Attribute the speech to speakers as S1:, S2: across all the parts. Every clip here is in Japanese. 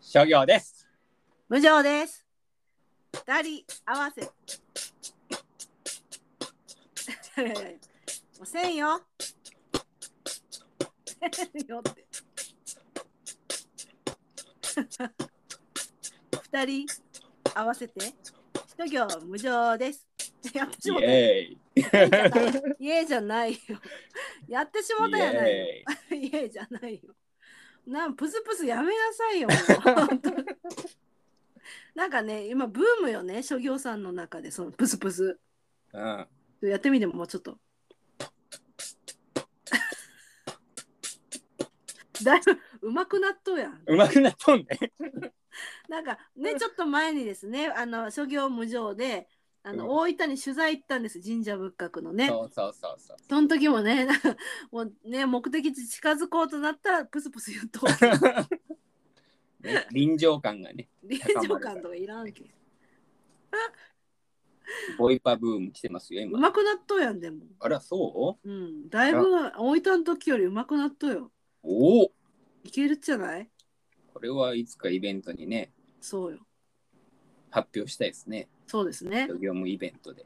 S1: 商業です。
S2: 無常です。二人合わせ。 いやいやいやもうせんよ。せんよって。二人合わせて。一行無常です。やってし
S1: イ
S2: もた。イ
S1: エーイ。
S2: エーじゃないよ。やってしもたやないよ。イエーじゃないよ。なんプスプスやめなさいよ。もう本当 になんかね、今ブームよね、諸行さんの中で、そのプスプス。
S1: イエーイうん。
S2: やってみてももうちょっと。 だいぶうまくなっとうやん。
S1: うまくなっとんね。
S2: なんかね、ちょっと前にですね、あの諸行無常で、あの、大分に取材行ったんです、神社仏閣のね。
S1: そうそうそうそう。
S2: その時もね、なんかもうね、目的地近づこうとなったら、プスプス言っとう。
S1: ね臨場感がね、
S2: 臨場感とかいらんけ。
S1: ボイパブーム来てますよ、
S2: う
S1: 今。
S2: まくなっとうやん、でも。
S1: あら、そう
S2: うん。だいぶ、大分の時よりうまくなっとうよ。
S1: おお
S2: いけるじゃない
S1: これはいつかイベントにね、
S2: そうよ。
S1: 発表したいですね。
S2: そうですね。
S1: 業務イベントで。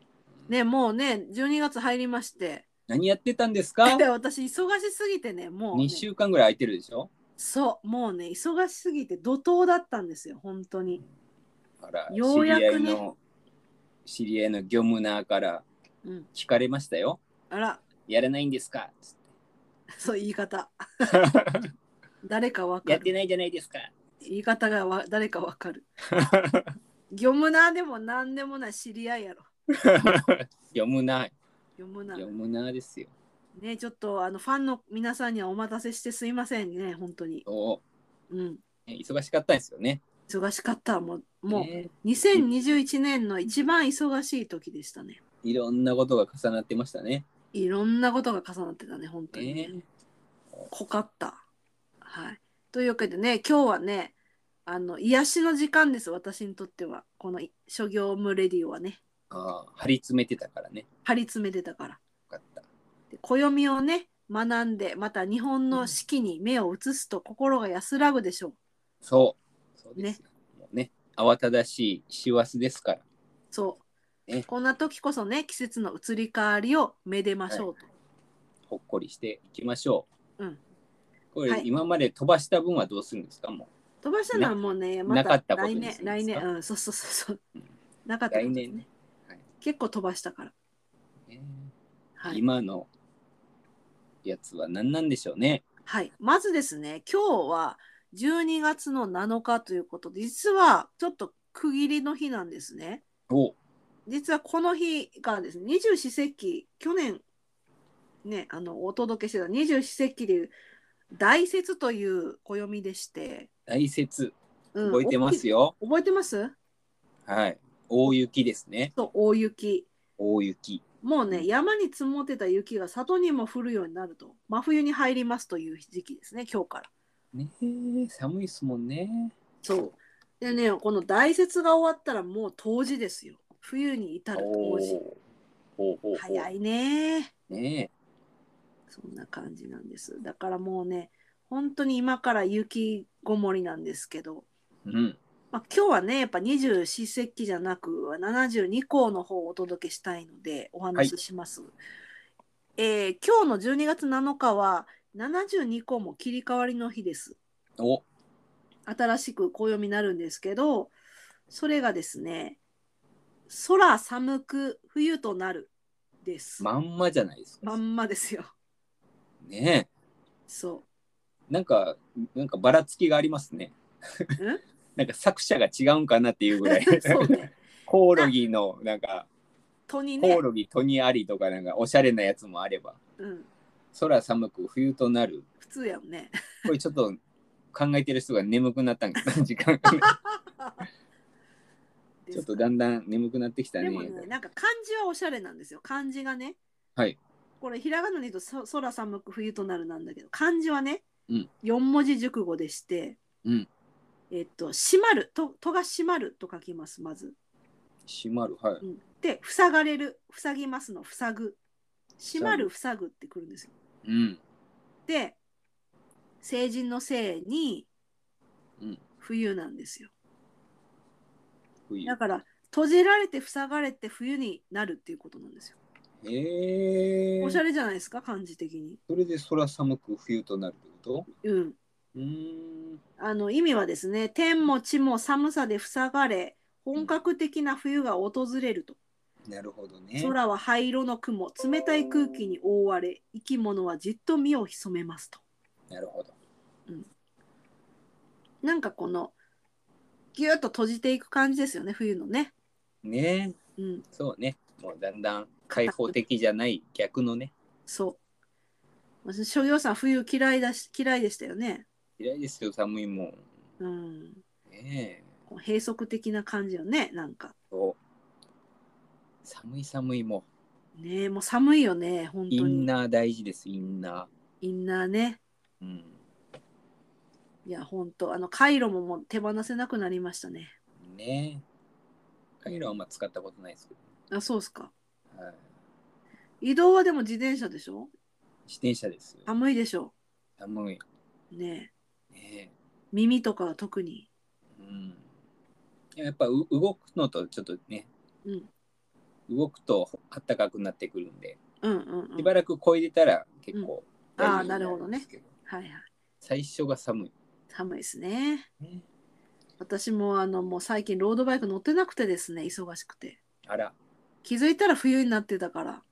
S2: ね、もうね、12月入りまして。
S1: 何やってたんですか
S2: で私、忙しすぎてね、もうね、
S1: 2週間ぐらい空いてるでしょ
S2: そう、もうね、忙しすぎて怒涛だったんですよ、本当に。
S1: あら、
S2: ようやくね
S1: 知り合いの知り合いの業務ナーから
S2: うん。
S1: 聞かれましたよ。
S2: あら、
S1: やらないんですかつっ
S2: そう、言 い方。誰かわ
S1: てや
S2: か
S1: って
S2: る。
S1: ないじゃないですか。
S2: 言い方がわ誰かわ かる。業務なでも何でもない知り合いやろ。
S1: 読むな、
S2: 業務な。
S1: 読むなですよ。
S2: ね、ちょっとあのファンの皆さんにはお待たせしてすいませんね、本当に。
S1: お
S2: うん。
S1: 忙しかったんですよね。
S2: 忙しかった。もう、も
S1: ね
S2: う、2021年の一番忙しい時でしたね。
S1: いろんなことが重なってましたね。
S2: いろんなことが重なってたね、本当に、ね
S1: ね。
S2: 濃かった。はい。というわけでね、今日はね、あの、癒しの時間です、私にとっては。このい諸行無レディオはね、
S1: ああ、張り詰めてたからね。よ
S2: 張り詰めてたから。
S1: かった。
S2: で暦をね、学んで、また日本の四季に目を移すと心が安らぐでしょう。
S1: そう。そうですよ。もうね、慌ただしい師走ですから。
S2: そう、
S1: ね
S2: こんな時こそね季節の移り変わりをめでましょうと、
S1: ほっこりしていきましょう。
S2: うん
S1: これ、
S2: はい
S1: 今まで飛ばした分はどうするんですかも
S2: 飛ばしたのはもうねま
S1: なか
S2: た
S1: ったこと
S2: 来
S1: にす
S2: 年
S1: るんですか
S2: 来年うんそうそうそうそう
S1: うん
S2: なか
S1: う
S2: ったこ
S1: 来
S2: と
S1: 年ね。
S2: 結構飛ばしたから、
S1: ね
S2: はい
S1: 今のやつは何なんでしょうね。
S2: はい、まずですね今日は12月の7日ということで実はちょっと区切りの日なんですね
S1: お
S2: 実はこの日がですね二十四節気去年ねあのお届けしてた二十四節気でいう大雪という暦でして、
S1: 大雪
S2: うん
S1: 覚えてますよ。
S2: 覚えてます
S1: はい。大雪ですね。
S2: と大雪
S1: 大雪。
S2: もうね山に積もってた雪が里にも降るようになると真冬に入りますという時期ですね今日から
S1: ねえ寒いですもんね。
S2: そうでねこの大雪が終わったらもう冬至ですよ冬に至る
S1: お
S2: 冬
S1: お
S2: 至。
S1: ほうほうほう
S2: 早いね
S1: ね
S2: そんな感じなんですだからもうね本当に今から雪ごもりなんですけど、
S1: え。うん。
S2: まあ、今日はねやっぱ二十四節気じゃなく72項の方をお届けしたいのでお話しします、えー今日の12月7日は72項も切り替わりの日です
S1: お
S2: 新しく暦になるんですけどそれがですね「空寒く冬となる」です、
S1: まんまじゃないです
S2: ま
S1: か。
S2: んまですよ
S1: ねえ。
S2: そ
S1: なんか、なんかばらつきがありますね。
S2: ん
S1: なんか作者が違うんかなっていうぐらい。
S2: う そう ね
S1: コオロギのなんか、
S2: とに
S1: コ
S2: ね
S1: オ、ロギトニアリとかなんかおしゃれなやつもあれば
S2: うん、
S1: 空寒く冬となる
S2: 普通やんね
S1: これちょっと考えてる人が眠くなったんかな時間 がちょっとだんだん眠くなってきた
S2: で
S1: ね
S2: もねなんか漢字はおしゃれなんですよ漢字がね
S1: はい
S2: これひらがなで言うとそ「空寒く冬となる」なんだけど漢字はね、
S1: うん
S2: 四文字熟語でして、
S1: うん
S2: えっと「閉まる」と「とが閉まる」と書きますまず。
S1: 閉まるはい
S2: うんで「塞がれる」「塞ぎます」の「塞ぐ」「閉まる」「塞ぐ」ってくるんですよ。
S1: うん
S2: で成人のせいに
S1: うん
S2: 「冬なんですよ。
S1: 冬。
S2: だから閉じられて塞がれて冬になるっていうことなんですよ。
S1: ええ
S2: おしゃれじゃないですか感じ的に。
S1: それで空寒く冬となるってこと
S2: うん。
S1: うーん。
S2: あの意味はですね天も地も寒さで塞がれ本格的な冬が訪れると
S1: なるほどね。
S2: 空は灰色の雲冷たい空気に覆われ生き物はじっと身を潜めますと
S1: なるほど。
S2: なんかこのギュッと閉じていく感じですよね冬のね、
S1: ね
S2: うん、
S1: そうね。もうだんだん開放的じゃない逆のね。
S2: そう私所業さん冬嫌いだし嫌いでしたよね、
S1: 嫌いですよ、寒いもん。
S2: うん、
S1: ねえ。
S2: こう閉塞的な感じよねなんか
S1: そう寒い寒いも
S2: ねえもう寒いよね本
S1: う
S2: 当
S1: イ
S2: に
S1: ンナー大事です、インナ
S2: インナーね
S1: ー。うん。
S2: いや本当あのカイロももう手放せなくなりましたね
S1: ねえ。カイロはあんま使ったことないですけ
S2: あそうっすか
S1: ど、はい、
S2: 移動はでも自転車でしょ
S1: 自転車ですよ。
S2: 寒いでしょ
S1: 寒い。
S2: ねえ
S1: ね
S2: 耳とかは特に
S1: え。うん。やっぱう動くのとちょっとね、
S2: うん
S1: 動くと暖かくなってくるんで、
S2: うんうん、う
S1: し
S2: ん、
S1: ば
S2: はい
S1: らくこいでたら結構
S2: うんあー
S1: 大丈夫にんですけ。
S2: はい
S1: 最初が寒い。
S2: 寒いですね
S1: ね
S2: 私もあのもう最近ロードバイク乗ってなくてですね忙しくて
S1: あら、
S2: 気づいたら冬になってたから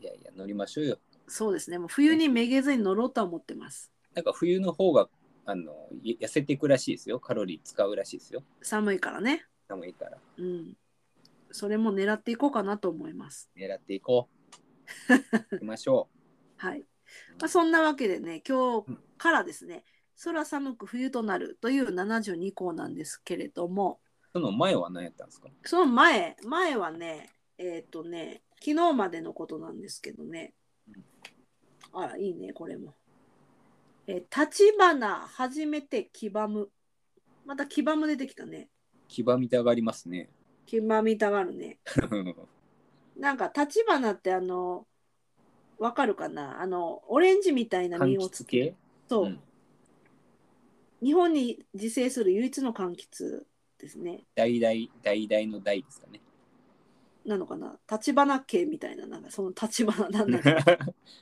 S1: いやいや、乗りましょうよ。
S2: そうですねもう冬にめげずに乗ろうとは思ってます
S1: なんか冬の方があのい痩せていくらしいですよ。カロリー使うらしいですよ。
S2: 寒いからね
S1: 寒いから。
S2: うんそれも狙っていこうかなと思います
S1: 狙っていこ う。行きましょ
S2: はい、
S1: う。
S2: まあ、そんなわけでね今
S1: う
S2: 日
S1: ん
S2: からですね空寒く冬となるという72項なんですけれども、
S1: その前は何やったんですか
S2: その前、前はね、えっ、とね、昨日までのことなんですけどね。あら、いいね、これも。えー、立花初めて黄ばむ。また黄ばむ出てきたね。
S1: 黄ばみたがります ね。
S2: 黄ばみたがるね。なんか、立花ってあの、わかるかなあの、オレンジみたいな
S1: 柑
S2: 実をつ
S1: 橘系
S2: と、
S1: うん
S2: 日本に自生する唯一の柑橘ですね。
S1: 大々、大々の大ですかね。
S2: なのかな立花系みたいな、なんかその立花なんだっけ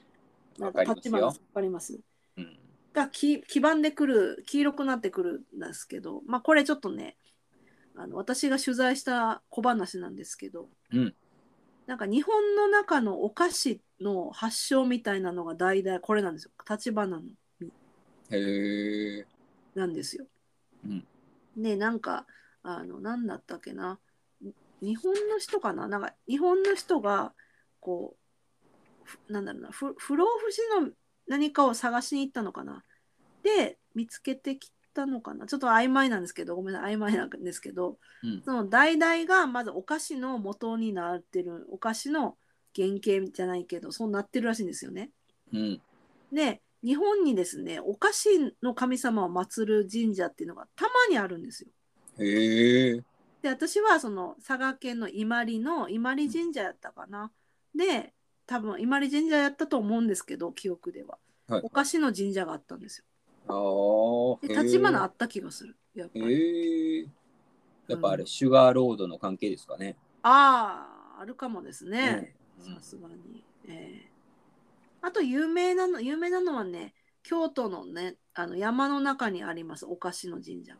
S1: わ
S2: なんか
S1: かりま
S2: 立
S1: す
S2: 花わ
S1: よ。
S2: かります
S1: うん、
S2: がき黄ばんでくる黄色くなってくるんですけど、まあ、これちょっとねあの私が取材した小話なんですけど、
S1: うん
S2: なんか日本の中のお菓子の発祥みたいなのが大々これなんですよ立花の
S1: へえ。
S2: なんですよ。
S1: うん
S2: ねなんかあの何だったっけなに日本の人かななんか日本の人がこうふなんだろうなふ不老不死の何かを探しに行ったのかなで見つけてきたのかなちょっと曖昧なんですけどごめんなさい曖昧なんですけど、
S1: うん
S2: その代々がまずお菓子の元になってるお菓子の原型じゃないけどそうなってるらしいんですよね。
S1: うん。
S2: で日本にですねお菓子の神様を祀る神社っていうのがたまにあるんですよ。
S1: へえ。
S2: で私はその佐賀県の伊万里の伊万里神社やったかな。で多分伊万里神社やったと思うんですけど記憶では、
S1: はい
S2: お菓子の神社があったんです
S1: あ
S2: よ。
S1: あ。
S2: で立花あった気がする。やっぱ
S1: へ
S2: り
S1: え。やっぱあれ、
S2: うん
S1: シュガーロードの関係ですかね。
S2: あああるかもですね。
S1: うんうん
S2: さすがに。えーあと有名なの有名なのはね京都のねあの山の中にありますお菓子の神社。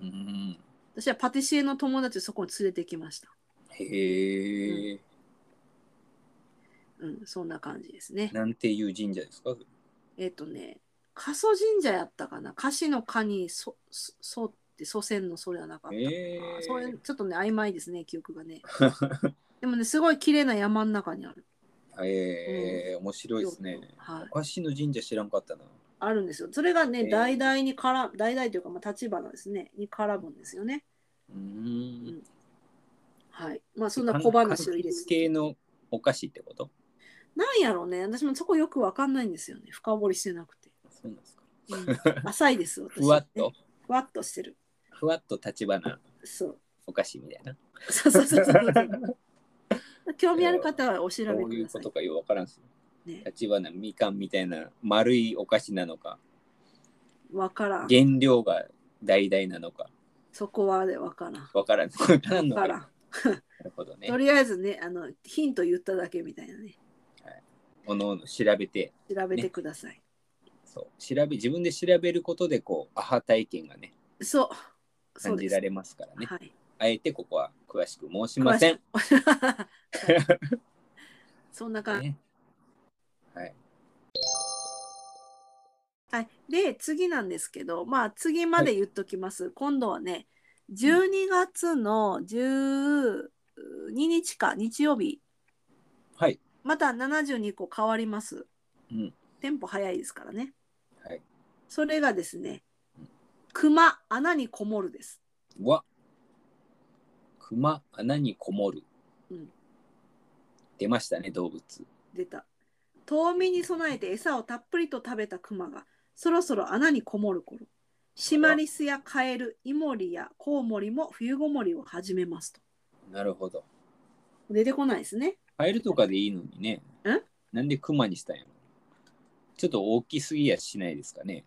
S1: うん。
S2: 私はパティシエの友達をそこに連れてきました。
S1: へえ。
S2: うん、そんな感じですね。
S1: なんていう神社ですか
S2: えっ、とね、加蘇神社やったかな。加氏の加にそ、そ、そって祖先のそれはなかった。
S1: へえ。
S2: そういう、ちょっとね、曖昧ですね、記憶がね。 でもね、すごい綺麗な山の中にある。
S1: へえ、面白いですね。
S2: はい
S1: お。菓子の神社知らんかったな。
S2: あるんですよ。それが
S1: え
S2: ね、
S1: ー
S2: 代々にから、代々というか、まあ、立花ですね、に絡むんですよね。
S1: うーん。
S2: はい。まあ、そんな小話を入れ
S1: 柑
S2: つ
S1: 橘
S2: つ。
S1: 系のお菓子ってこと
S2: なんやろうね、私もそこよくわかんないんですよね。深掘りしてなくて。
S1: そうなんですか。
S2: うん浅いです、私、
S1: ふわっと、
S2: ふわっとしてる。
S1: ふわっと立花
S2: そう。
S1: お菓子みたいな。
S2: そうそうそうそう。 興味ある方はお調べ
S1: どうい
S2: くだ
S1: う
S2: さ
S1: こ
S2: い
S1: と。かよくわからんすよ。
S2: ね、
S1: 立花みかんみたいな丸いお菓子なのか、
S2: わからん。
S1: 原料が代々なのか。
S2: そこはでわからん。
S1: わからん。わからんの
S2: わ
S1: か
S2: か
S1: なな
S2: ら。
S1: んるほどね
S2: と。りあえずね、あのヒント言っただけみたいなね。
S1: おのおの調べて、
S2: 調べてください。
S1: そう調べ自分で調べることでこうアハ体験がね
S2: そう。そ
S1: 感
S2: うで
S1: じ
S2: す。
S1: られますからね。
S2: はい。
S1: あえてここは詳しく申しません。
S2: 詳しく。 はいそんな感じ。
S1: ねはい。
S2: はい、で次なんですけど、まあ、次まで言っときます、今度はね12月の12日か日曜日
S1: はい。
S2: また72個変わります、
S1: うん
S2: テンポ早いですからね
S1: はい。
S2: それがですね「熊穴にこもる」です
S1: わ。熊穴にこもる。
S2: うん
S1: 出ましたね動物。
S2: 出た冬眠に備えて餌をたっぷりと食べた熊がそろそろ穴にこもる頃シマリスやカエルイモリやコウモリも冬ごもりを始めますと
S1: なるほど。
S2: 出てこないですね
S1: カエルとかでいいのにね。
S2: ん
S1: なんで熊にしたんやろちょっと大きすぎやしないですかね。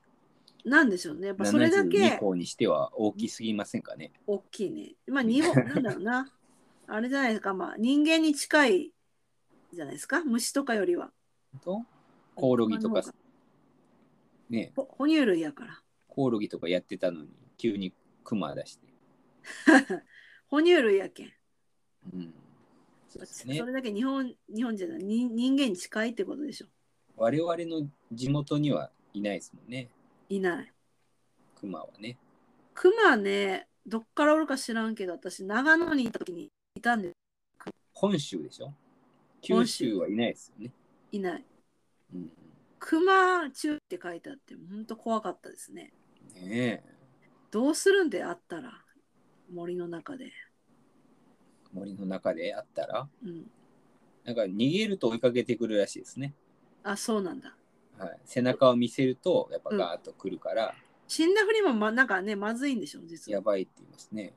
S2: なんでしょうね。やっぱそれだ
S1: 72
S2: け
S1: 個にしては大きすぎませんかね。
S2: 大きいね。まあ日 本、なんだろうな。あれじゃないですか。まあ人間に近いじゃないですか。虫とかよりは。
S1: とコオロギとか
S2: 他の方が
S1: ね
S2: ほ哺乳類やから。
S1: コオロギとかやってたのに急に熊出して。
S2: 哺乳類やけん。
S1: うん。そうです
S2: そ
S1: ね。
S2: れだけ日本、日本じゃない。に人間に近いってことでしょ。
S1: 我々の地元にはいないですもんね。
S2: いない。
S1: 熊はね。
S2: クマね、どっからおるか知らんけど、私、長野にいた時にいたんで、
S1: 本州でしょ九
S2: 本州
S1: 州はいないですよね。
S2: いない。
S1: うん。
S2: クマ中って書いてあって、ほんと怖かったですね。
S1: ねえ。
S2: どうするんであったら、森の中で。
S1: 森の中であったら、
S2: うん。
S1: なんか逃げると追いかけてくるらしいですね。
S2: あ、そうなんだ。
S1: はい、背中を見せるとやっぱガーッとくるから、
S2: 死んだふりも、ま、なんかねまずいんでしょ実
S1: や
S2: は
S1: ばいって言いますね。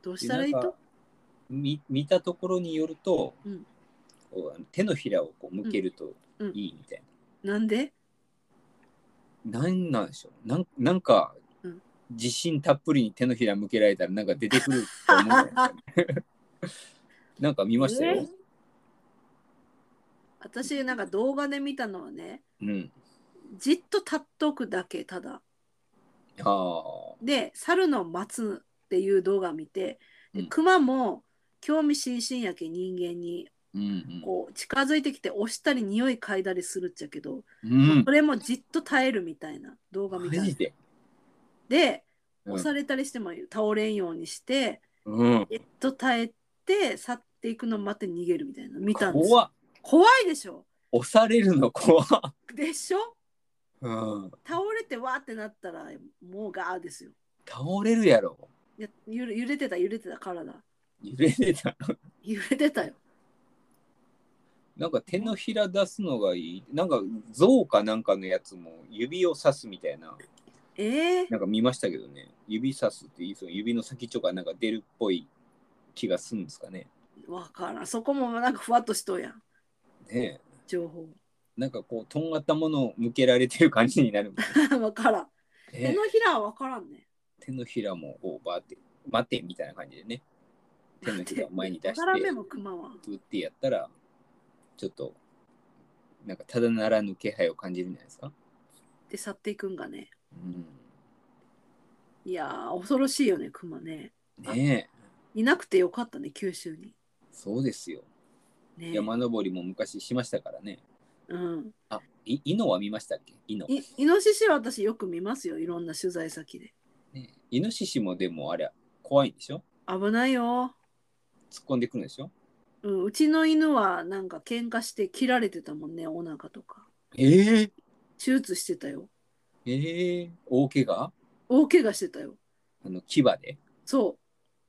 S2: どうしたらいい
S1: でなん
S2: と
S1: かみ見たところによると、
S2: うん
S1: こうあの手のひらをこう向けると
S2: うんうん
S1: いいみたい
S2: なんで
S1: な。なんなんでしょうなんなんか、
S2: うん
S1: 自信たっぷりに手のひら向けられたらなんか出てくると思うんだよね なんか見ましたよ。
S2: 私なんか動画で見たのはね
S1: うん。
S2: じっと立っとくだけただ
S1: ああ。
S2: で猿の待つっていう動画見て、で
S1: うん
S2: 熊も興味津々やけ人間に
S1: うん
S2: こう近づいてきて押したり匂い嗅いだりするっちゃけど、
S1: うん。
S2: それもじっと耐えるみたいな動画
S1: うん。
S2: 見
S1: マ
S2: た
S1: ジで。
S2: で
S1: うん
S2: 押されたりしても倒れんようにして、
S1: うん。
S2: えっと耐えて去っていくのを待って逃げるみたいな見たんです
S1: 怖っ
S2: 怖いでしょ
S1: 押されるの怖っ。
S2: でしょ
S1: うん。
S2: 倒れてわーってなったらもうガーですよ
S1: 倒れるやろ。
S2: いや揺れ揺れてた揺れてた体
S1: 揺れてた。
S2: 揺れてたよ
S1: なんか手のひら出すのがいい。なんか象かなんかのやつも指をさすみたいな。
S2: えー、
S1: なんか見ましたけどね。指さすっていいその指の先っちょがなんか出るっぽい気がするんですかね。
S2: わからんそこもなんかふわっとしとんやん
S1: ねえ
S2: 情報
S1: なんかこうとんがったものを向けられてる感じに なるもんね、
S2: わからん手
S1: ね
S2: のひらはわからんね
S1: え手のひらもこうバーって待てみたいな感じでね。手のひらを前に出
S2: わ
S1: して
S2: からんねも熊は
S1: 打ってやったらちょっとなんかただならぬ気配を感じるんじゃないですか。
S2: で去っていくんがね
S1: うん、
S2: いやー恐ろしいよね熊ね
S1: ねえ
S2: いなくてよかったね九州に
S1: そうですよ。
S2: ね
S1: 山登りも昔しましたからね。
S2: うん
S1: あ、い、イノは見ましたっけイノ。
S2: いイノシシは私よく見ますよいろんな取材先で
S1: ね、イノシシもでもあれ、怖いんでしょ
S2: 危ないよ、
S1: 突っ込んでくるんでしょ
S2: うん、うちの犬はなんか喧嘩して切られてたもんねお腹とか
S1: ええ
S2: 手術してたよ
S1: ええ大怪我
S2: 大怪我してたよ
S1: あの、牙で。
S2: そ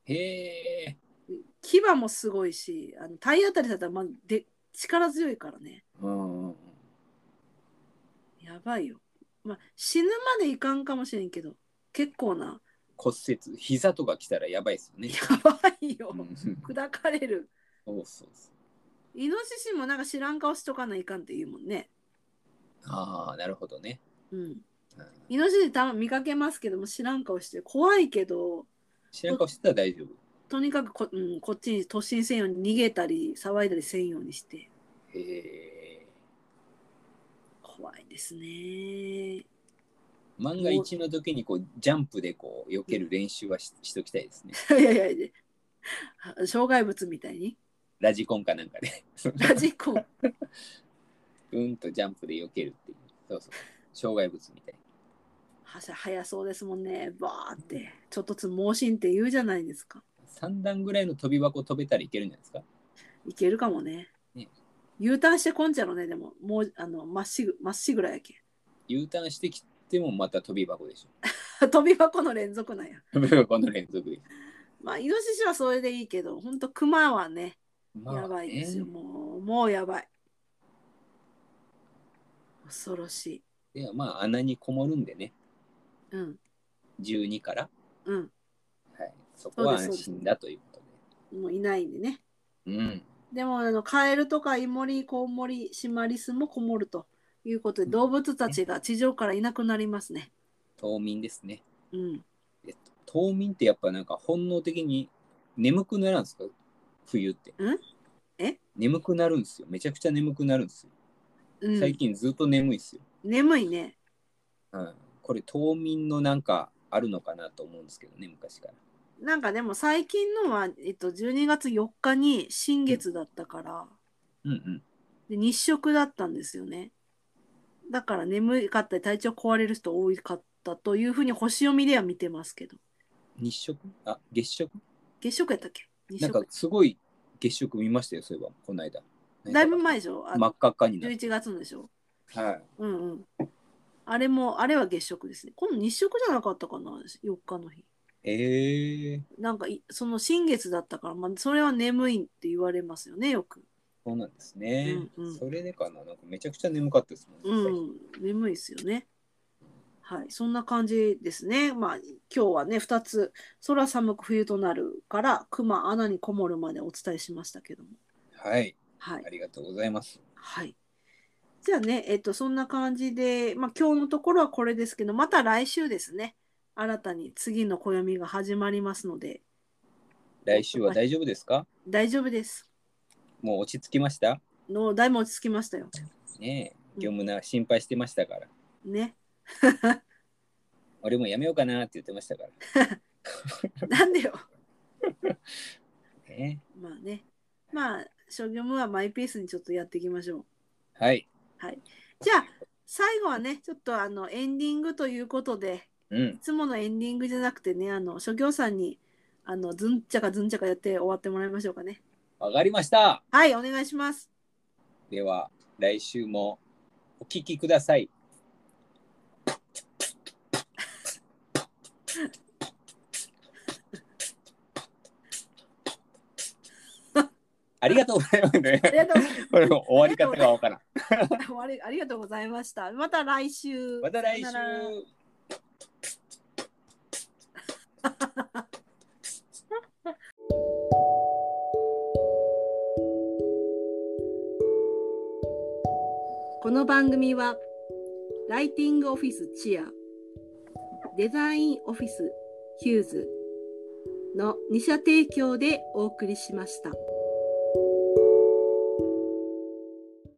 S1: へえ
S2: う牙もすごいしあの体当たりされたらまずで力強いからね
S1: うんうんうん。
S2: やばいよ、まあ、死ぬまでいかんかもしれんけど結構な
S1: 骨折、膝とか来たらやばいですよね
S2: や。ばいよ
S1: うんそう
S2: 砕かれる
S1: そうそう。
S2: イノシシもなんか知らん顔しとかないかんって言うもんね
S1: ああ、なるほどね。
S2: うんイノシシたま見かけますけども知らん顔してる怖いけど
S1: 知らん顔してたら大丈夫。
S2: とにかくこ,、うん、こっちに突進せんように逃げたり騒いだりせんようにして
S1: へえ。
S2: 怖いですね。
S1: 万が一の時にこうジャンプでこう避ける練習はししときたいです ね。
S2: いやいやいや障害物みたいに
S1: ラジコンかなんかで。
S2: ラジコン
S1: うんとジャンプで避けるっていう。そうそう。障害物みたいな。
S2: はしゃ速そうですもんねバーってちょっとつ盲信って言うじゃないですか
S1: 3段ぐらいの飛び箱飛べたらいけるんじゃないですか
S2: いけるかもね
S1: ね
S2: U ターンしてこんじゃろねでももうあのまっしぐまっしぐらやけ
S1: U ターンしてきてもまた飛び箱でし ょ。
S2: ん飛び箱の連続なんや
S1: 飛び箱の連続で。
S2: まあイノシシはそれでいいけどほんとクマはね
S1: まあね
S2: やばいですよ、もうもうやばい恐ろしい
S1: ではまあ穴にこもるんでね、
S2: うん
S1: 12から、
S2: うん
S1: はい、そこは
S2: そう
S1: 安
S2: ですそうです
S1: 心だというこ
S2: もういないんでね
S1: とで。うん。
S2: でもあのカエルとかイモリコウモリシマリスもこもるということで動物たちが地上からいなくなりますね。
S1: 冬眠ですね。
S2: うん、
S1: えっと、冬眠ってやっぱなんか本能的に眠くならんすか冬って。
S2: んえ
S1: 眠くなるんですよ。めちゃくちゃ眠くなるんですよ。
S2: う
S1: 最
S2: ん、
S1: 近ずっと眠いですよ。
S2: 眠いね。
S1: うん。これ冬眠のなんかあるのかなと思うんですけどね、昔から。
S2: なんかでも最近のは、えっと、12月4日に新月だったから、
S1: うんうん。
S2: で日食だったんですよね。だから眠かったり体調壊れる人多かったというふうに星読みでは見てますけど
S1: 日食あ、月食
S2: 月食やったっけ日
S1: なんか
S2: 食
S1: すごい月食見ましたよ、そういえば、この間。
S2: だいぶ前でしょあ
S1: 真っ赤っかになっ
S2: 11月のでしょ
S1: て。はい。
S2: うんうん。あれも、あれは月食ですね。今度日食じゃなかったかな、4日の日。
S1: ええー、
S2: なんかい、その新月だったから、まあ、それは眠いって言われますよね、よく。
S1: そうなんですね。
S2: うんうん
S1: それでかな、なんかめちゃくちゃ眠かったですも、
S2: うんん、眠いですよね。はい、そんな感じですね。まあ、今日はね、2つ、空寒く冬となるから、熊穴にこもるまでお伝えしましたけども。
S1: はい、
S2: はい
S1: あ。りがとうございます。
S2: はい。じゃあね、えっと、そんな感じで、まあ、今日のところはこれですけど、また来週ですね、新たに次の暦が始まりますので、
S1: 来週は大丈夫ですか
S2: 大丈夫です。
S1: もう落ち着きました
S2: のだいぶ落ち着きましたよ。
S1: ねえ、業務な心配してましたから。
S2: ね。
S1: 俺もやめようかなって言ってましたから。
S2: なんでよ。
S1: ね
S2: まあね。まあ、商業務はマイペースにちょっとやっていきましょう。
S1: え、はい。
S2: じゃあ、最後はね、ちょっとあの、エンディングということで、
S1: うん
S2: い、つものエンディングじゃなくてね、あの、諸行さんに、あの、ずんちゃかずんちゃかやって終わってもらいましょうかね。
S1: わかりました。
S2: はい、お願いします。
S1: では、来週もお聞きください。ありがとうございます、ね
S2: あ。りがとうございます。
S1: これも終わり方がわからん。
S2: 終わりありがとうございました。また来週。
S1: また来週
S2: さよなら。この番組はライティングオフィスチアデザインオフィスヒューズの2社提供でお送りしました。